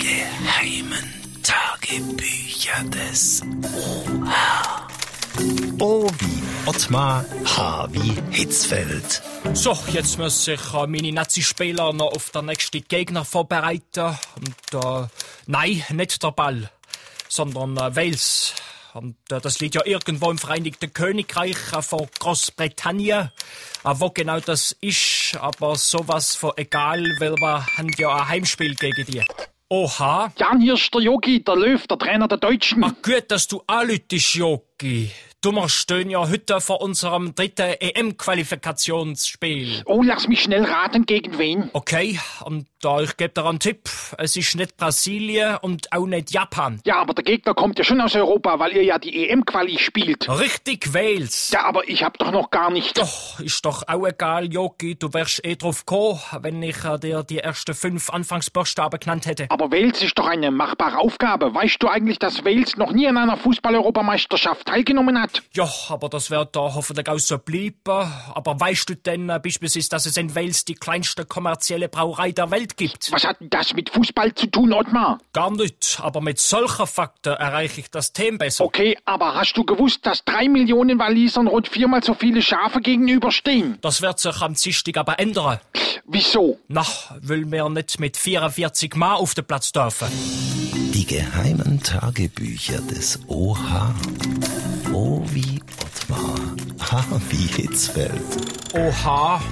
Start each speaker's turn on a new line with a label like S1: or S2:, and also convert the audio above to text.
S1: geheimen Tagebücher des O wie Ottmar, H wie Hitzfeld.
S2: So, jetzt muss ich äh, meine Nazi-Spieler noch auf den nächsten Gegner vorbereiten. Und äh, nein, nicht der Ball, sondern äh, Wales. Und äh, das liegt ja irgendwo im Vereinigten Königreich äh, von Großbritannien. Äh, wo genau das ist, aber sowas von egal, weil wir haben ja ein Heimspiel gegen die. Oha,
S3: Jan, hier ist der Yogi, der Löw, der Trainer der Deutschen.
S2: Ach, gut, dass du anlütest, Jogi. Du machst stehen ja heute vor unserem dritten E EM-Qualifikationsspiel.
S3: Oh, lass mich schnell raten, gegen wen?
S2: Okay, und da ich gebe dir einen Tipp. Es ist nicht Brasilien und auch nicht Japan.
S3: Ja, aber der Gegner kommt ja schon aus Europa, weil ihr ja die EM-Quali spielt.
S2: Richtig Wales.
S3: Ja, aber ich hab doch noch gar nicht.
S2: Doch, ist doch auch egal, Jogi. Du wärst eh drauf gekommen, wenn ich äh, dir die ersten fünf Anfangsbuchstaben genannt hätte.
S3: Aber Wales ist doch eine machbare Aufgabe. Weißt du eigentlich, dass Wales noch nie an einer Fußball-Europameisterschaft teilgenommen hat?
S2: Ja, aber das wird da hoffentlich auch so bleiben. Aber weißt du denn äh, beispielsweise, dass es in Wales die kleinste kommerzielle Brauerei der Welt gibt?
S3: Was hat denn das mit Fußball zu tun, Ottmar?
S2: Gar nicht, aber mit solchen Fakten erreiche ich das Thema besser.
S3: Okay, aber hast du gewusst, dass drei Millionen Walisern rund viermal so viele Schafe gegenüberstehen?
S2: Das wird sich am Dienstag aber ändern.
S3: Wieso?
S2: Na, will wir nicht mit 44 Mann auf den Platz dürfen.
S1: Die geheimen Tagebücher des OH. O wie Ottmar, H wie Hitzfeld.
S2: Oha.